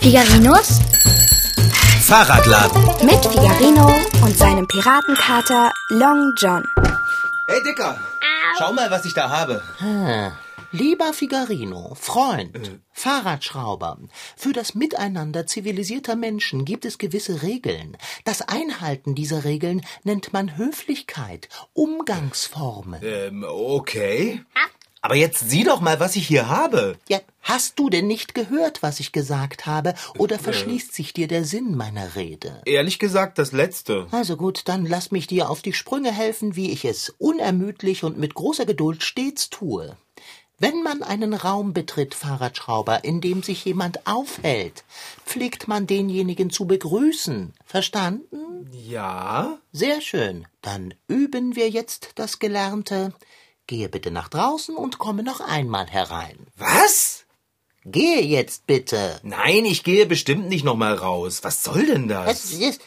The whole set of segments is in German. Figarinos Fahrradladen. Mit Figarino und seinem Piratenkater Long John. Hey Dicker, schau mal, was ich da habe. Lieber Figarino, Freund, Fahrradschrauber, für das Miteinander zivilisierter Menschen gibt es gewisse Regeln. Das Einhalten dieser Regeln nennt man Höflichkeit, Umgangsformen. Ähm, okay. Aber jetzt sieh doch mal, was ich hier habe. Ja, hast du denn nicht gehört, was ich gesagt habe, oder verschließt sich dir der Sinn meiner Rede? Ehrlich gesagt, das letzte. Also gut, dann lass mich dir auf die Sprünge helfen, wie ich es unermüdlich und mit großer Geduld stets tue. Wenn man einen Raum betritt, Fahrradschrauber, in dem sich jemand aufhält, pflegt man denjenigen zu begrüßen. Verstanden? Ja? Sehr schön. Dann üben wir jetzt das Gelernte. Gehe bitte nach draußen und komme noch einmal herein. Was? Gehe jetzt bitte. Nein, ich gehe bestimmt nicht nochmal raus. Was soll denn das? Es ist-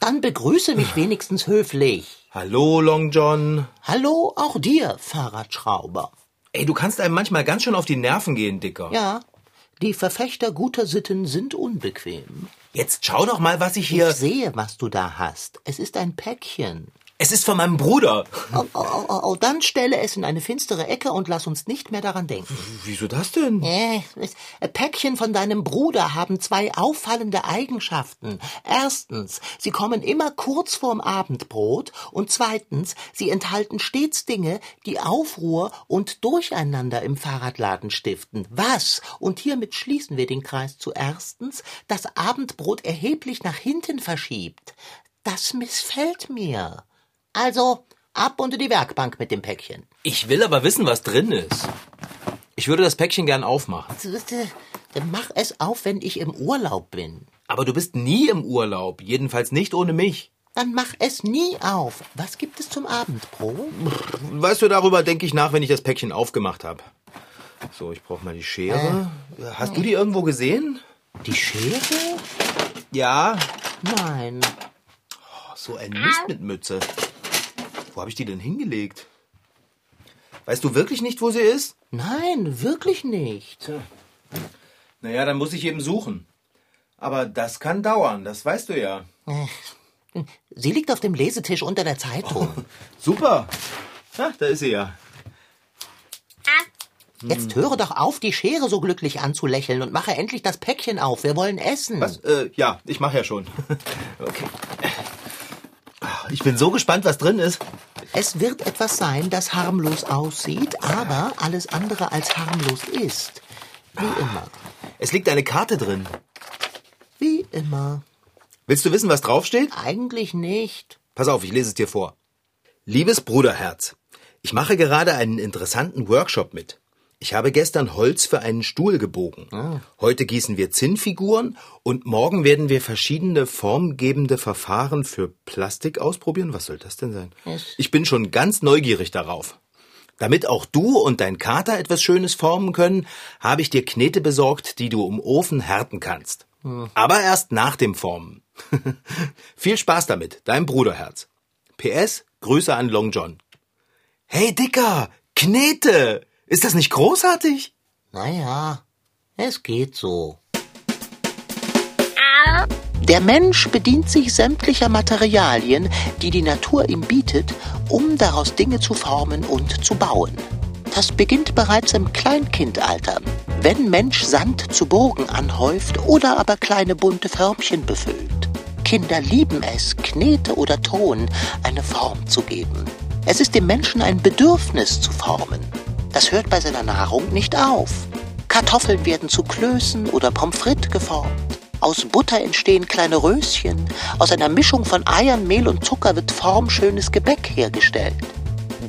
Dann begrüße mich wenigstens höflich. Hallo, Long John. Hallo auch dir, Fahrradschrauber. Ey, du kannst einem manchmal ganz schön auf die Nerven gehen, Dicker. Ja, die Verfechter guter Sitten sind unbequem. Jetzt schau doch mal, was ich Ich hier... sehe, was du da hast. Es ist ein Päckchen. Es ist von meinem Bruder. Oh, oh, oh, oh, oh, dann stelle es in eine finstere Ecke und lass uns nicht mehr daran denken. Wieso das denn? Äh, es- äh, Päckchen von deinem Bruder haben zwei auffallende Eigenschaften. Erstens, sie kommen immer kurz vorm Abendbrot und zweitens, sie enthalten stets Dinge, die Aufruhr und Durcheinander im Fahrradladen stiften. Was? Und hiermit schließen wir den Kreis zu erstens, das Abendbrot erheblich nach hinten verschiebt. Das missfällt mir. Also, ab unter die Werkbank mit dem Päckchen. Ich will aber wissen, was drin ist. Ich würde das Päckchen gern aufmachen. Dann Äh, mach es auf, wenn ich im Urlaub bin. Aber du bist nie im Urlaub. Jedenfalls nicht ohne mich. Dann mach es nie auf. Was gibt es zum Abendbrot? Weißt du, darüber denke ich nach, wenn ich das Päckchen aufgemacht habe. So, ich brauche mal die Schere. Hast du die irgendwo gesehen? Die Schere? Ja. Nein. So ein Mist mit Mütze. Wo habe ich die denn hingelegt? Weißt du wirklich nicht, wo sie ist? Nein, wirklich nicht. Naja, dann muss ich eben suchen. Aber das kann dauern, das weißt du ja. Sie liegt auf dem Lesetisch unter der Zeitung. Super. Ja, da ist sie ja. Jetzt höre doch auf, die Schere so glücklich anzulächeln und mache endlich das Päckchen auf. Wir wollen essen. Was? Äh, ja, ich mache ja schon. Okay. Ich bin so gespannt, was drin ist. Es wird etwas sein, das harmlos aussieht, aber alles andere als harmlos ist. Wie immer. Es liegt eine Karte drin. Wie immer. Willst du wissen, was draufsteht? Eigentlich nicht. Pass auf, ich lese es dir vor. Liebes Bruderherz, ich mache gerade einen interessanten Workshop mit. Ich habe gestern Holz für einen Stuhl gebogen. Heute gießen wir Zinnfiguren und morgen werden wir verschiedene formgebende Verfahren für Plastik ausprobieren. Was soll das denn sein? Ich bin schon ganz neugierig darauf. Damit auch du und dein Kater etwas Schönes formen können, habe ich dir Knete besorgt, die du im Ofen härten kannst. Aber erst nach dem Formen. Viel Spaß damit, dein Bruderherz. PS, Grüße an Long John. Hey Dicker, Knete! Ist das nicht großartig? Naja, es geht so. Der Mensch bedient sich sämtlicher Materialien, die die Natur ihm bietet, um daraus Dinge zu formen und zu bauen. Das beginnt bereits im Kleinkindalter, wenn Mensch Sand zu Burgen anhäuft oder aber kleine bunte Förmchen befüllt. Kinder lieben es, Knete oder Ton eine Form zu geben. Es ist dem Menschen ein Bedürfnis zu formen. Das hört bei seiner Nahrung nicht auf. Kartoffeln werden zu Klößen oder Pommes frites geformt. Aus Butter entstehen kleine Röschen. Aus einer Mischung von Eiern, Mehl und Zucker wird formschönes Gebäck hergestellt.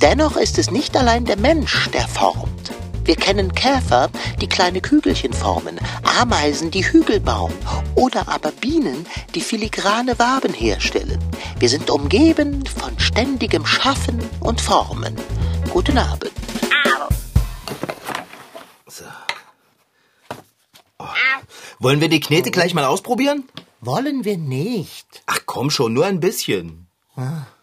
Dennoch ist es nicht allein der Mensch, der formt. Wir kennen Käfer, die kleine Kügelchen formen, Ameisen, die Hügel bauen oder aber Bienen, die filigrane Waben herstellen. Wir sind umgeben von ständigem Schaffen und Formen. Guten Abend. Wollen wir die Knete gleich mal ausprobieren? Wollen wir nicht. Ach komm schon, nur ein bisschen.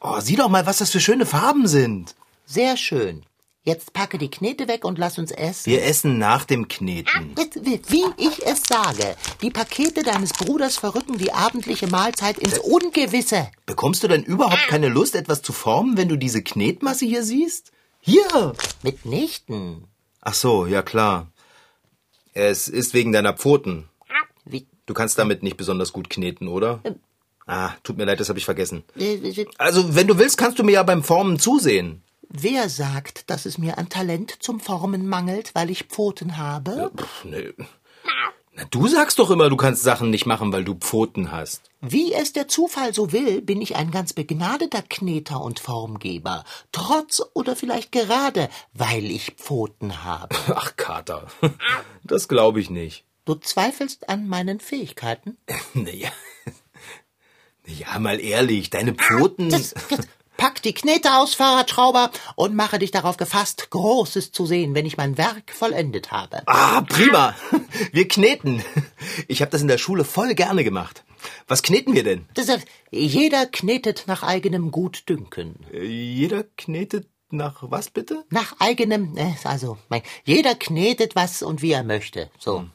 Oh, sieh doch mal, was das für schöne Farben sind. Sehr schön. Jetzt packe die Knete weg und lass uns essen. Wir essen nach dem Kneten. Jetzt wird, Wie ich es sage, die Pakete deines Bruders verrücken die abendliche Mahlzeit ins Ungewisse. Bekommst du denn überhaupt keine Lust, etwas zu formen, wenn du diese Knetmasse hier siehst? Hier! Mitnichten. Ach so, ja klar. Es ist wegen deiner Pfoten. Wie, Ähm. Du kannst damit nicht besonders gut kneten, oder? Ah, tut mir leid, das habe ich vergessen. äh, Also, wenn du willst, kannst du mir ja beim Formen zusehen. wer sagt, dass es mir an Talent zum Formen mangelt, weil ich Pfoten habe? Pff, nö. Na, du sagst doch immer, du kannst Sachen nicht machen, weil du Pfoten hast. Wie es der Zufall so will, bin ich ein ganz begnadeter Kneter und Formgeber. Trotz oder vielleicht gerade, weil ich Pfoten habe. Ach, Kater. Das glaube ich nicht. Du zweifelst an meinen Fähigkeiten? Naja. Ja, mal ehrlich, deine Pfoten. Das, das, pack die Knete aus, Fahrradschrauber, und mache dich darauf gefasst, Großes zu sehen, wenn ich mein Werk vollendet habe. Ah, prima. Wir kneten. Ich habe das in der Schule voll gerne gemacht. Was kneten wir denn? Das, ist- jeder knetet nach eigenem Gutdünken. Äh, Jeder knetet nach was bitte? Nach eigenem, äh, also, mein, jeder knetet was und wie er möchte. So.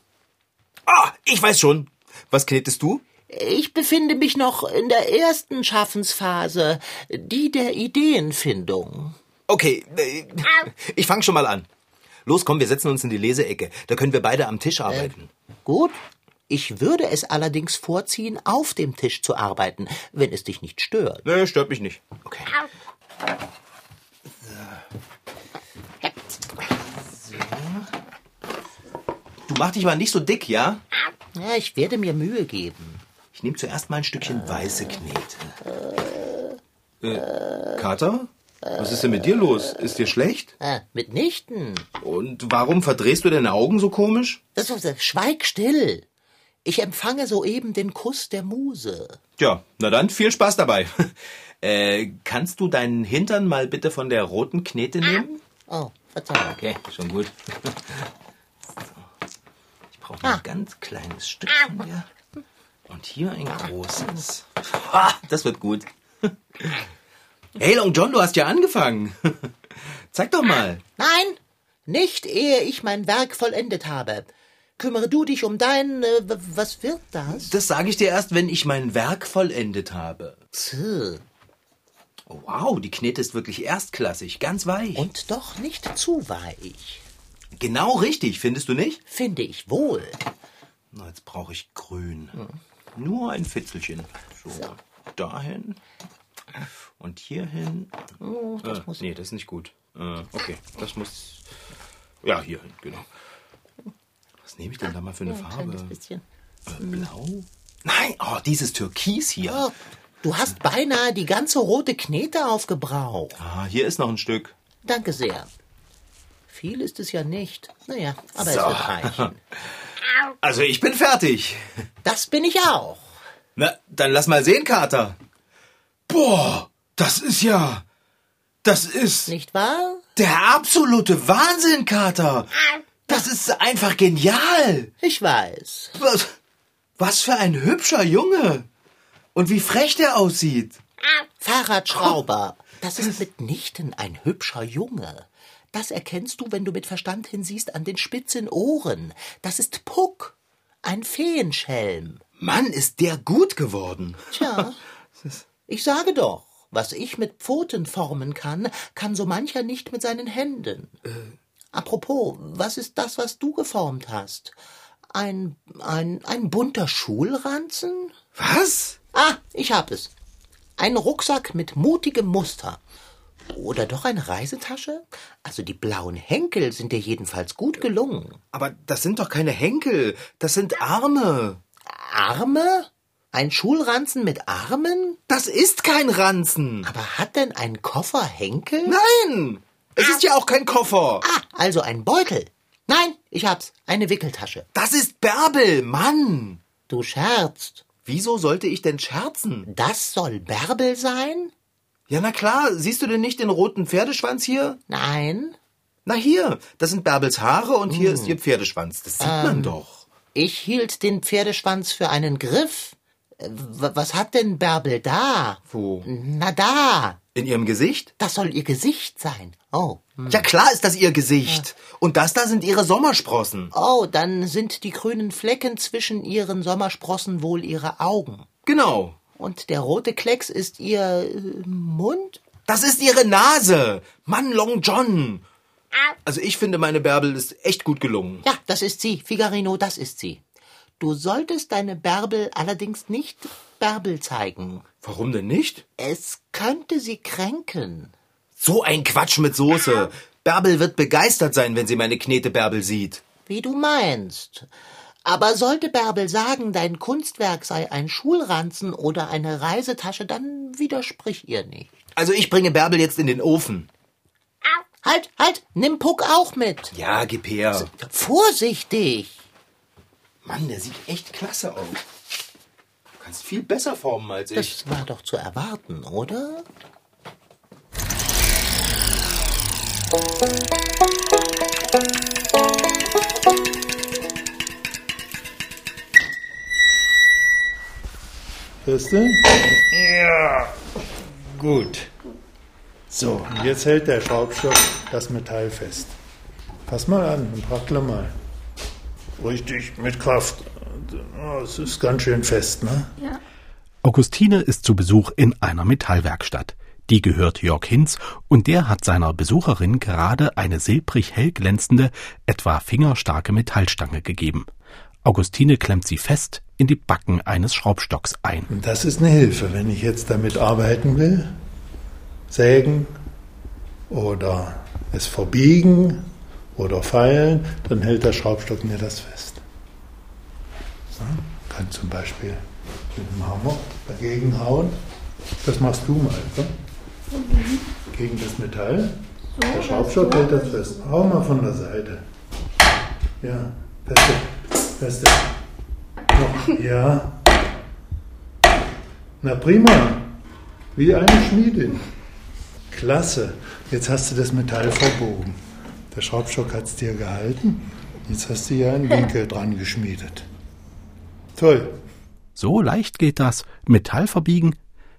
Ah, ich weiß schon. Was knetest du? Ich befinde mich noch in der ersten Schaffensphase, die der Ideenfindung. Okay, äh, ich fange schon mal an. Los, komm, wir setzen uns in die Leseecke. Da können wir beide am Tisch arbeiten. Gut. Ich würde es allerdings vorziehen, auf dem Tisch zu arbeiten, wenn es dich nicht stört. Nö, stört mich nicht. Okay. So. Du mach dich mal nicht so dick, ja? Ja, ich werde mir Mühe geben. Ich nehme zuerst mal ein Stückchen weiße Knete. Äh, Kater? Was ist denn mit dir los? Ist dir schlecht? Ah, mitnichten. Und warum verdrehst du deine Augen so komisch? Das ist, das- schweig still. Ich empfange soeben den Kuss der Muse. Tja, na dann viel Spaß dabei. Äh, kannst du deinen Hintern mal bitte von der roten Knete nehmen? Oh, Verzeihung. Okay, schon gut. So. Ich brauche ein ganz kleines Stückchen hier. Und hier ein großes. Ah, das wird gut. Hey, Long John, du hast ja angefangen. Zeig doch mal. Nein, nicht ehe ich mein Werk vollendet habe. Kümmere du dich um dein... Äh, w- was wird das? Das sage ich dir erst, wenn ich mein Werk vollendet habe. Tö. Oh, Wow, die Knete ist wirklich erstklassig, ganz weich. Und doch nicht zu weich. Genau richtig, findest du nicht? Finde ich wohl. Na, jetzt brauche ich grün. Nur ein Fitzelchen. So, dahin. Und hierhin. Oh, äh, nee, das ist nicht gut. Äh, okay, das muss. Ja, hierhin, genau. Was nehme ich denn da mal für eine Farbe? Kleines bisschen. Äh, Blau? Nein, oh, dieses Türkis hier. Oh, du hast beinahe die ganze rote Knete aufgebraucht. Ah, hier ist noch ein Stück. Danke sehr. Viel ist es ja nicht. Naja, aber So. es wird reichen. Also, ich bin fertig. Das bin ich auch. Na, dann lass mal sehen, Kater. Boah, das ist ja. Das ist. Nicht wahr? Der absolute Wahnsinn, Kater! Das ist einfach genial! Ich weiß. Was, was für ein hübscher Junge! Und wie frech der aussieht! Fahrradschrauber. Oh, Das ist mitnichten ein hübscher Junge. Das erkennst du, wenn du mit Verstand hinsiehst, an den spitzen Ohren. Das ist Puck. Ein Feenschelm. Mann, ist der gut geworden! Tja, ich sage doch, was ich mit Pfoten formen kann, kann so mancher nicht mit seinen Händen. Apropos, was ist das, was du geformt hast? Ein, ein, ein bunter Schulranzen? Was? Ah, ich hab es. Ein Rucksack mit mutigem Muster. Oder doch eine Reisetasche? Also die blauen Henkel sind dir jedenfalls gut gelungen. Aber das sind doch keine Henkel, das sind Arme! Arme? Ein Schulranzen mit Armen? Das ist kein Ranzen! Aber hat denn ein Koffer Henkel? Nein! Es ist ja auch kein Koffer! Ah, also ein Beutel. Nein, ich hab's. Eine Wickeltasche. Das ist Bärbel, Mann! Du scherzt. Wieso sollte ich denn scherzen? Das soll Bärbel sein? Ja, na klar, siehst du denn nicht den roten Pferdeschwanz hier? Nein. Na hier, das sind Bärbels Haare und hier Ähm, ist ihr Pferdeschwanz. Das sieht man doch. Ich hielt den Pferdeschwanz für einen Griff. Äh, W was hat denn Bärbel da? Wo? Na da. In ihrem Gesicht? Das soll ihr Gesicht sein. Oh. Ja, klar ist das ihr Gesicht. Und das da sind ihre Sommersprossen. Oh, dann sind die grünen Flecken zwischen ihren Sommersprossen wohl ihre Augen. Genau. Und der rote Klecks ist ihr äh, Mund? Das ist ihre Nase. Mann, Long John. Also ich finde, meine Bärbel ist echt gut gelungen. Ja, das ist sie. Figarino, das ist sie. Du solltest deine Bärbel allerdings nicht Bärbel zeigen. Warum denn nicht? Es könnte sie kränken. So ein Quatsch mit Soße. Bärbel wird begeistert sein, wenn sie meine Knete Bärbel sieht. Wie du meinst. Aber sollte Bärbel sagen, dein Kunstwerk sei ein Schulranzen oder eine Reisetasche, dann widersprich ihr nicht. Also ich bringe Bärbel jetzt in den Ofen. Halt, halt, nimm Puck auch mit. Ja, gib her. Vorsichtig. Mann, der sieht echt klasse aus. Du kannst viel besser formen als ich. Das war doch zu erwarten, oder? Hörst du? Gut. So, und jetzt hält der Schraubstock das Metall fest. Pass mal an und praktle mal. Richtig, mit Kraft. Oh, Es ist ganz schön fest, ne? Augustine ist zu Besuch in einer Metallwerkstatt. Die gehört Jörg Hinz und der hat seiner Besucherin gerade eine silbrig hell glänzende, etwa fingerstarke Metallstange gegeben. Augustine klemmt sie fest in die Backen eines Schraubstocks ein. Und das ist eine Hilfe, wenn ich jetzt damit arbeiten will. Sägen oder es verbiegen oder feilen, dann hält der Schraubstock mir das fest. Ja, kann zum Beispiel mit dem Hammer dagegen hauen. Das machst du mal. Oder? Gegen das Metall. der Schraubstock hält das fest. Hau mal von der Seite. Ja, feste. Feste. Noch. Ja. Na prima. Wie eine Schmiedin. Klasse. Jetzt hast du das Metall verbogen. Der Schraubstock hat es dir gehalten. Jetzt hast du hier einen Winkel dran geschmiedet. Toll. So leicht geht das. Metall verbiegen?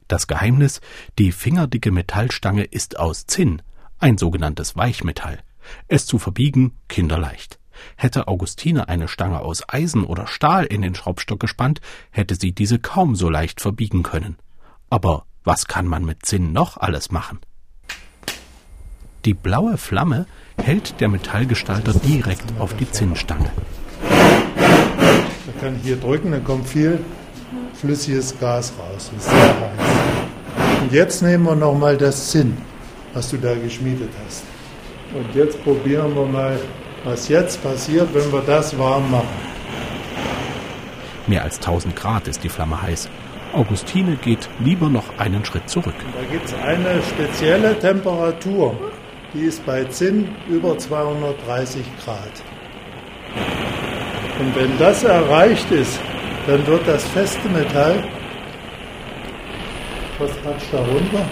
Das Geheimnis, die fingerdicke Metallstange ist aus Zinn, ein sogenanntes Weichmetall. Es zu verbiegen, kinderleicht. Hätte Augustine eine Stange aus Eisen oder Stahl in den Schraubstock gespannt, hätte sie diese kaum so leicht verbiegen können. Aber was kann man mit Zinn noch alles machen? Die blaue Flamme hält der Metallgestalter direkt auf die Zinnstange. Da kann ich hier drücken, dann kommt viel flüssiges Gas raus. Das ist sehr heiß. Und jetzt nehmen wir nochmal das Zinn, was du da geschmiedet hast. Und jetzt probieren wir mal, was jetzt passiert, wenn wir das warm machen. Mehr als 1000 Grad ist die Flamme heiß. Augustine geht lieber noch einen Schritt zurück. Da gibt es eine spezielle Temperatur, die ist bei Zinn über 230 Grad. Und wenn das erreicht ist, dann wird das feste Metall, was patscht da runter?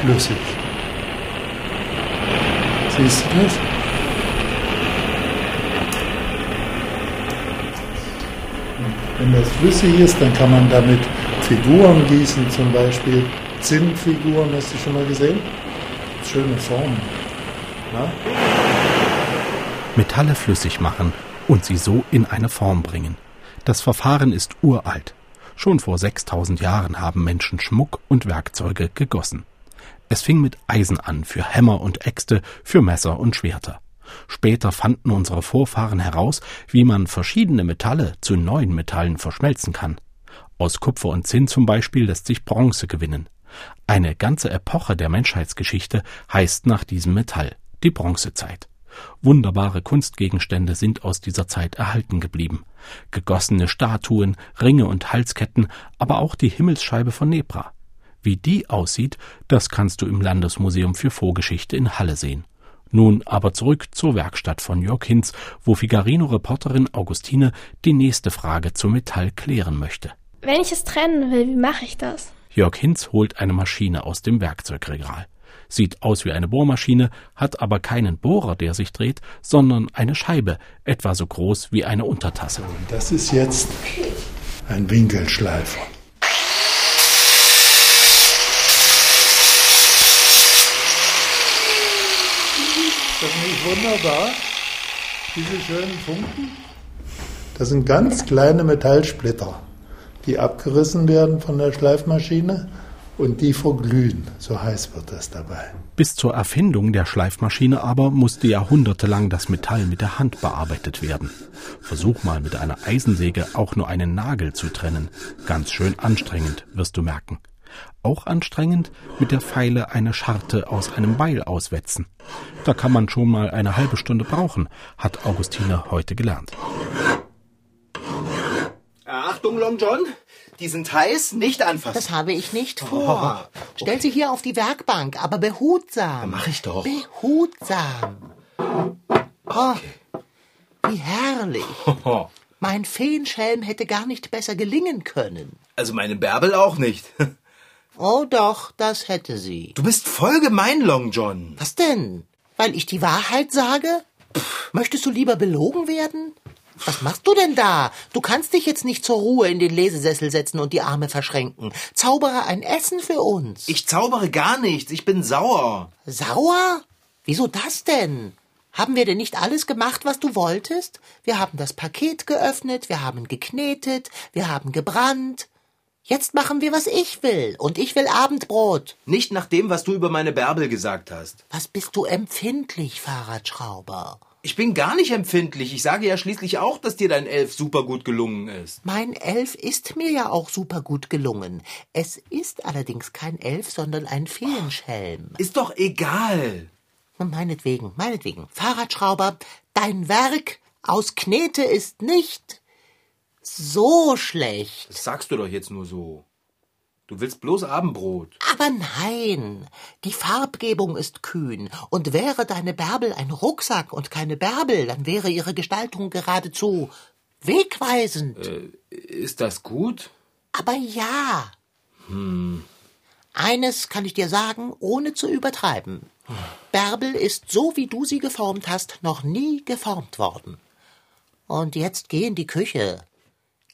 Flüssig. Siehst du das? Wenn das flüssig ist, dann kann man damit Figuren gießen, zum Beispiel Zinnfiguren, hast du schon mal gesehen? Schöne Formen. Na? Metalle flüssig machen und sie so in eine Form bringen. Das Verfahren ist uralt. Schon vor 6000 Jahren haben Menschen Schmuck und Werkzeuge gegossen. Es fing mit Eisen an für Hämmer und Äxte, für Messer und Schwerter. Später fanden unsere Vorfahren heraus, wie man verschiedene Metalle zu neuen Metallen verschmelzen kann. Aus Kupfer und Zinn zum Beispiel lässt sich Bronze gewinnen. Eine ganze Epoche der Menschheitsgeschichte heißt nach diesem Metall die Bronzezeit. Wunderbare Kunstgegenstände sind aus dieser Zeit erhalten geblieben. Gegossene Statuen, Ringe und Halsketten, aber auch die Himmelsscheibe von Nebra. Wie die aussieht, das kannst du im Landesmuseum für Vorgeschichte in Halle sehen. Nun aber zurück zur Werkstatt von Jörg Hinz, wo Figarino-Reporterin Augustine die nächste Frage zum Metall klären möchte. Wenn ich es trennen will, wie mache ich das? Jörg Hinz holt eine Maschine aus dem Werkzeugregal. Sieht aus wie eine Bohrmaschine, hat aber keinen Bohrer, der sich dreht, sondern eine Scheibe, etwa so groß wie eine Untertasse. Das ist jetzt ein Winkelschleifer. Ist das nicht wunderbar? Diese schönen Funken? Das sind ganz kleine Metallsplitter, die abgerissen werden von der Schleifmaschine und die verglühen. So heiß wird das dabei. Bis zur Erfindung der Schleifmaschine aber musste jahrhundertelang das Metall mit der Hand bearbeitet werden. Versuch mal mit einer Eisensäge auch nur einen Nagel zu trennen. Ganz schön anstrengend, wirst du merken. Auch anstrengend mit der Feile eine Scharte aus einem Beil auswetzen. Da kann man schon mal eine halbe Stunde brauchen, hat Augustine heute gelernt. Achtung, Long John, die sind heiß, nicht anfassen. Das habe ich Oh. nicht vor. Stell sie hier auf die Werkbank, aber behutsam. Mach ich doch. Behutsam. Oh, wie herrlich. Mein Feenschelm hätte gar nicht besser gelingen können. Also meine Bärbel auch nicht. Oh doch, das hätte sie. Du bist voll gemein, Long John. Was denn? Weil ich die Wahrheit sage? Möchtest du lieber belogen werden? Was machst du denn da? Du kannst dich jetzt nicht zur Ruhe in den Lesesessel setzen und die Arme verschränken. Zaubere ein Essen für uns. Ich zaubere gar nichts, ich bin sauer. Sauer? Wieso das denn? Haben wir denn nicht alles gemacht, was du wolltest? Wir haben das Paket geöffnet, wir haben geknetet, wir haben gebrannt. Jetzt machen wir, was ich will, und ich will Abendbrot. Nicht nach dem, was du über meine Bärbel gesagt hast. Was bist du empfindlich, Fahrradschrauber? Ich bin gar nicht empfindlich. Ich sage ja schließlich auch, dass dir dein Elf super gut gelungen ist. Mein Elf ist mir ja auch super gut gelungen. Es ist allerdings kein Elf, sondern ein Feenschelm. Ist doch egal. Und Meinetwegen, meinetwegen. Fahrradschrauber, dein Werk aus Knete ist nicht so schlecht. Das sagst du doch jetzt nur so. Du willst bloß Abendbrot. Aber nein, die Farbgebung ist kühn. Und wäre deine Bärbel ein Rucksack und keine Bärbel, dann wäre ihre Gestaltung geradezu wegweisend. Ist das gut? Aber ja. Eines kann ich dir sagen, ohne zu übertreiben. Bärbel ist so, wie du sie geformt hast, noch nie geformt worden. Und jetzt geh in die Küche.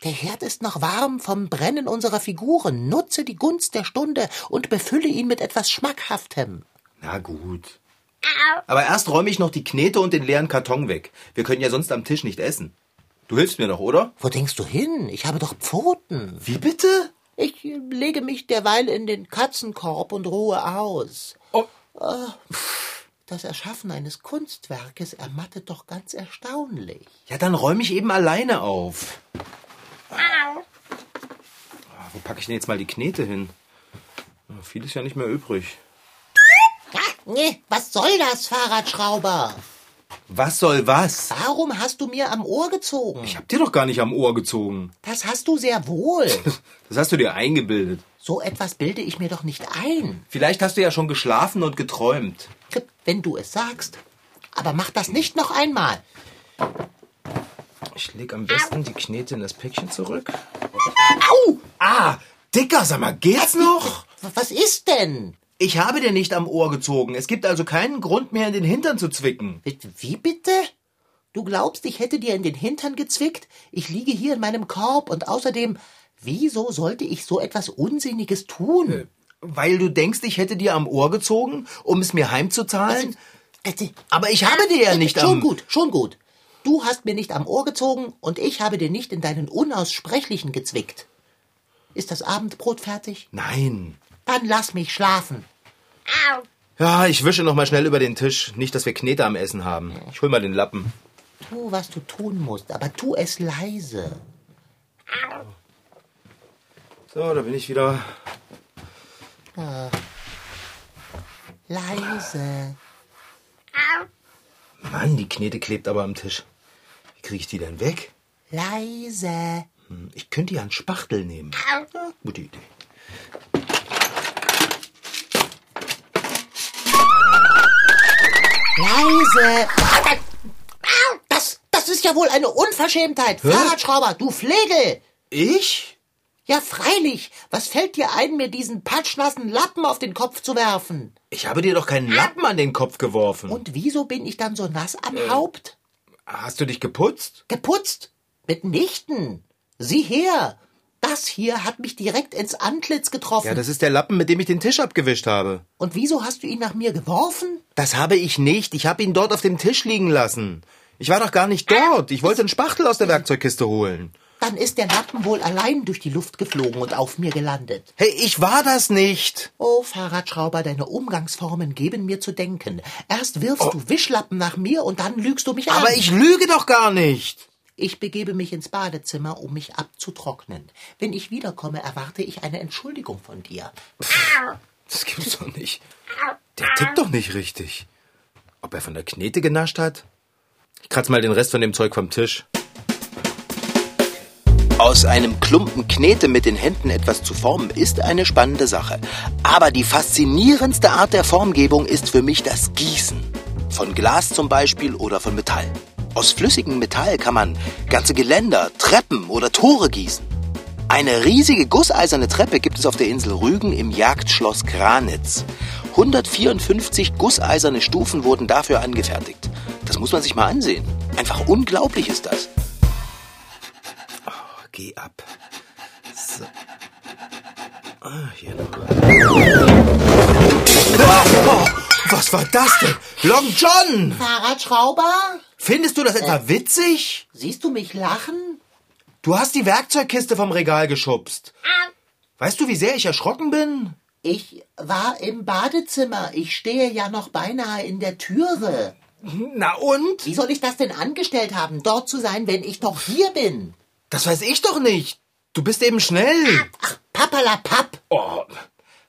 Der Herd ist noch warm vom Brennen unserer Figuren. Nutze die Gunst der Stunde und befülle ihn mit etwas Schmackhaftem. Na gut. Aber erst räume ich noch die Knete und den leeren Karton weg. Wir können ja sonst am Tisch nicht essen. Du hilfst mir doch, oder? Wo denkst du hin? Ich habe doch Pfoten. Wie bitte? Ich lege mich derweil in den Katzenkorb und ruhe aus. Ah, Oh. Das Erschaffen eines Kunstwerkes ermattet doch ganz erstaunlich. Ja, dann räume ich eben alleine auf. Ah, Wo packe ich denn jetzt mal die Knete hin? Na, Viel ist ja nicht mehr übrig. Ah, nee, was soll das, Fahrradschrauber? Was soll was? Warum hast du mir am Ohr gezogen? Ich hab dir doch gar nicht am Ohr gezogen. Das hast du sehr wohl. Das hast du dir eingebildet. So etwas bilde ich mir doch nicht ein, Vielleicht hast du ja schon geschlafen und geträumt. wenn du es sagst. Aber mach das nicht noch einmal. Ich leg am besten die Knete in das Päckchen zurück. Au! Ah, Dicker, sag mal, geht's noch? W- Was ist denn? Ich habe dir nicht am Ohr gezogen. Es gibt also keinen Grund mehr, in den Hintern zu zwicken. Wie- Wie bitte? Du glaubst, ich hätte dir in den Hintern gezwickt? Ich liege hier in meinem Korb und außerdem, wieso sollte ich so etwas Unsinniges tun? Äh, Weil du denkst, ich hätte dir am Ohr gezogen, um es mir heimzuzahlen? Aber ich habe dir ja nicht Also, Schon am- gut, schon gut. Du hast mir nicht am Ohr gezogen und ich habe dir nicht in deinen Unaussprechlichen gezwickt. Ist das Abendbrot fertig? Nein. Dann lass mich schlafen. Ja, ich wische noch mal schnell über den Tisch. Nicht, dass wir Knete am Essen haben. Ich hol mal den Lappen. Tu, was du tun musst, aber tu es leise. So, da bin ich wieder. Leise. Mann, die Knete klebt aber am Tisch. Wie kriege ich die denn weg? Leise. Hm, Ich könnte ja einen Spachtel nehmen. Ja, gute Idee. Leise. Das, das ist ja wohl eine Unverschämtheit. Fahrradschrauber, du Flegel. Ich? Ja, freilich. Was fällt dir ein, mir diesen patschnassen Lappen auf den Kopf zu werfen? Ich habe dir doch keinen Lappen an den Kopf geworfen. Und wieso bin ich dann so nass am Äh. Haupt? Hast du dich geputzt? Geputzt? Mitnichten. Sieh her. Das hier hat mich direkt ins Antlitz getroffen. Ja, das ist der Lappen, mit dem ich den Tisch abgewischt habe. Und wieso hast du ihn nach mir geworfen? Das habe ich nicht. Ich habe ihn dort auf dem Tisch liegen lassen. Ich war doch gar nicht dort. Ich wollte einen Spachtel aus der Werkzeugkiste holen. Dann ist der Lappen wohl allein durch die Luft geflogen und auf mir gelandet. Hey, ich war das nicht. Oh, Fahrradschrauber, deine Umgangsformen geben mir zu denken. Erst wirfst du Wischlappen nach mir und dann lügst du mich an. Aber ich lüge doch gar nicht. Ich begebe mich ins Badezimmer, um mich abzutrocknen. Wenn ich wiederkomme, erwarte ich eine Entschuldigung von dir. Das gibt's doch nicht. Der tippt doch nicht richtig. Ob er von der Knete genascht hat? Ich kratz mal den Rest von dem Zeug vom Tisch. Aus einem Klumpen Knete mit den Händen etwas zu formen, ist eine spannende Sache. Aber die faszinierendste Art der Formgebung ist für mich das Gießen. Von Glas zum Beispiel oder von Metall. Aus flüssigem Metall kann man ganze Geländer, Treppen oder Tore gießen. Eine riesige gusseiserne Treppe gibt es auf der Insel Rügen im Jagdschloss Granitz. 154 gusseiserne Stufen wurden dafür angefertigt. Das muss man sich mal ansehen. Einfach unglaublich ist das. Geh ab. So. Ah, hier noch. Ah, oh, was war das denn? Long John! Fahrradschrauber? Findest du das etwa witzig? Siehst du mich lachen? Du hast die Werkzeugkiste vom Regal geschubst. Weißt du, wie sehr ich erschrocken bin? Ich war im Badezimmer. Ich stehe ja noch beinahe in der Türe. Na und? Wie soll ich das denn angestellt haben, dort zu sein, wenn ich doch hier bin? Das weiß ich doch nicht. Du bist eben schnell. Ach, pappalapapp. Oh.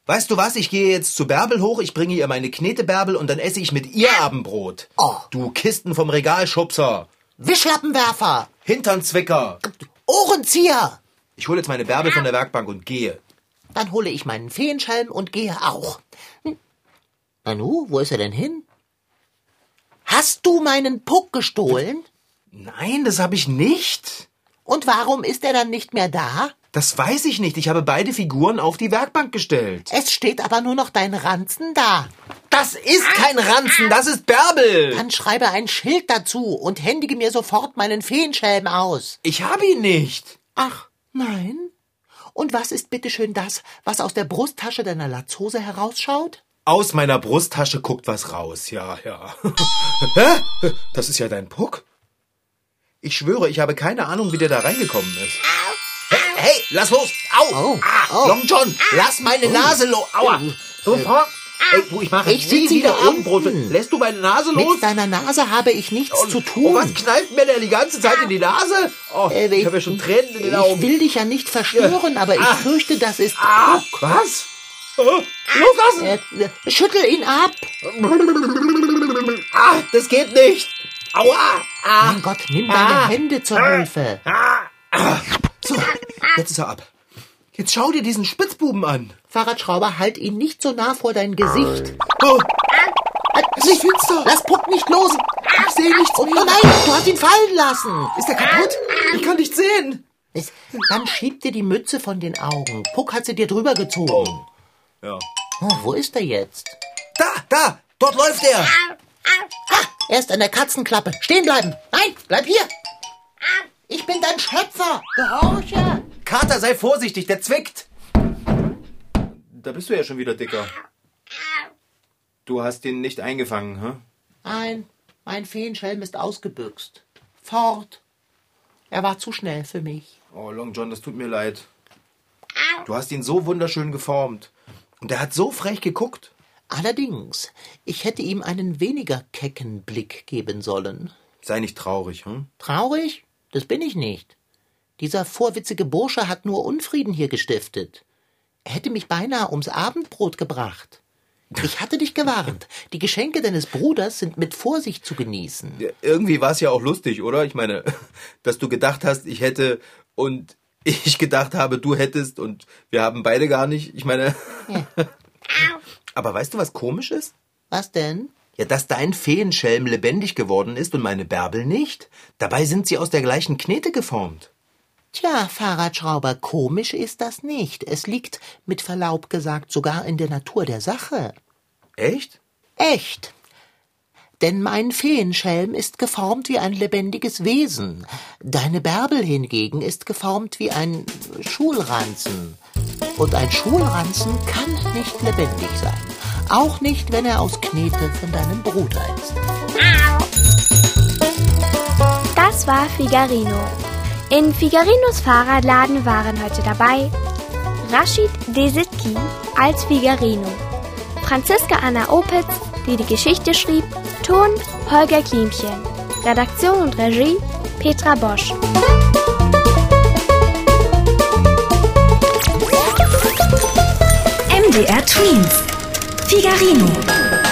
Weißt du was? Ich gehe jetzt zu Bärbel hoch, ich bringe ihr meine Knete Bärbel und dann esse ich mit ihr Abendbrot. Oh. Du Kisten vom Regalschubser. Wischlappenwerfer. Hinternzwicker. Ohrenzieher. Ich hole jetzt meine Bärbel von der Werkbank und gehe. Dann hole ich meinen Feenschalm und gehe auch. Hm. Nanu, wo ist er denn hin? Hast du meinen Puck gestohlen? Nein, das habe ich nicht. Und warum ist er dann nicht mehr da? Das weiß ich nicht. Ich habe beide Figuren auf die Werkbank gestellt. Es steht aber nur noch dein Ranzen da. Das ist kein Ranzen, das ist Bärbel. Dann schreibe ein Schild dazu und händige mir sofort meinen Feenschelm aus. Ich habe ihn nicht. Ach, nein? Und was ist bitteschön das, was aus der Brusttasche deiner Latzhose herausschaut? Aus meiner Brusttasche guckt was raus. Ja, ja. Hä? Das ist ja dein Puck? Ich schwöre, ich habe keine Ahnung, wie der da reingekommen ist. Hey, hey lass los! Au! Oh, ah, oh. Äh, Long John, lass meine Nase los! Aua! Sofort! Ey, du, ich mache Ich nie sitz wieder hier unten. Abendbrot. Lässt du meine Nase los? Mit deiner Nase habe ich nichts zu tun. Oh, was kneift mir der die ganze Zeit in die Nase? Oh, Äh, ich habe ja schon Tränen in den Ich Augen. will dich ja nicht verstören, aber ich Ah. fürchte, das ist... ah, was? Oh, Loslassen! Äh, äh, schüttel ihn ab. Ah, das geht nicht! Aua! Ah, Mein Gott, nimm deine Ah. Hände zur Hilfe. ah, ah. So, jetzt ist er ab. Jetzt schau dir diesen Spitzbuben an. Fahrradschrauber, halt ihn nicht so nah vor dein Gesicht. Oh, Es ist finster. Lass Puck nicht los. Ich sehe nichts oh, Nein, du hast ihn fallen lassen. ist der kaputt? Ich kann nicht sehen. Es- Dann schieb dir die Mütze von den Augen. Puck hat sie dir drüber gezogen. Oh. Ja. wo ist er jetzt? Da, da, dort läuft er. Ah, Er ist an der Katzenklappe. Stehen bleiben. Nein, bleib hier. Ich bin dein Schöpfer. Gehorche. Kater, sei vorsichtig, der zwickt. Da bist du ja schon wieder dicker. Du hast den nicht eingefangen, hä? Nein, mein Feenschelm ist ausgebüxt. Fort. Er war zu schnell für mich. Oh, Long John, das tut mir leid. Du hast ihn so wunderschön geformt. Und er hat so frech geguckt. Allerdings, ich hätte ihm einen weniger kecken Blick geben sollen. Sei nicht traurig, hm? Traurig? Das bin ich nicht. Dieser vorwitzige Bursche hat nur Unfrieden hier gestiftet. Er hätte mich beinahe ums Abendbrot gebracht. Ich hatte dich gewarnt. Die Geschenke deines Bruders sind mit Vorsicht zu genießen. Ja, irgendwie war es ja auch lustig, oder? Ich meine, dass du gedacht hast, ich hätte und ich gedacht habe, du hättest und wir haben beide gar nicht. Ich meine. Aber weißt du, was komisch ist? Was denn? Ja, dass dein Feenschelm lebendig geworden ist und meine Bärbel nicht. Dabei sind sie aus der gleichen Knete geformt. Tja, Fahrradschrauber, komisch ist das nicht. Es liegt, mit Verlaub gesagt, sogar in der Natur der Sache. Echt? Echt. denn mein Feenschelm ist geformt wie ein lebendiges Wesen. Deine Bärbel hingegen ist geformt wie ein Schulranzen. Und ein Schulranzen kann nicht lebendig sein. Auch nicht, wenn er aus Knete von deinem Bruder ist. Das war Figarino. In Figarinos Fahrradladen waren heute dabei Rashid Desitki als Figarino, Franziska Anna Opitz, die die Geschichte schrieb, Ton Holger Klimchen, Redaktion und Regie Petra Bosch. MDR Twins. Figarino.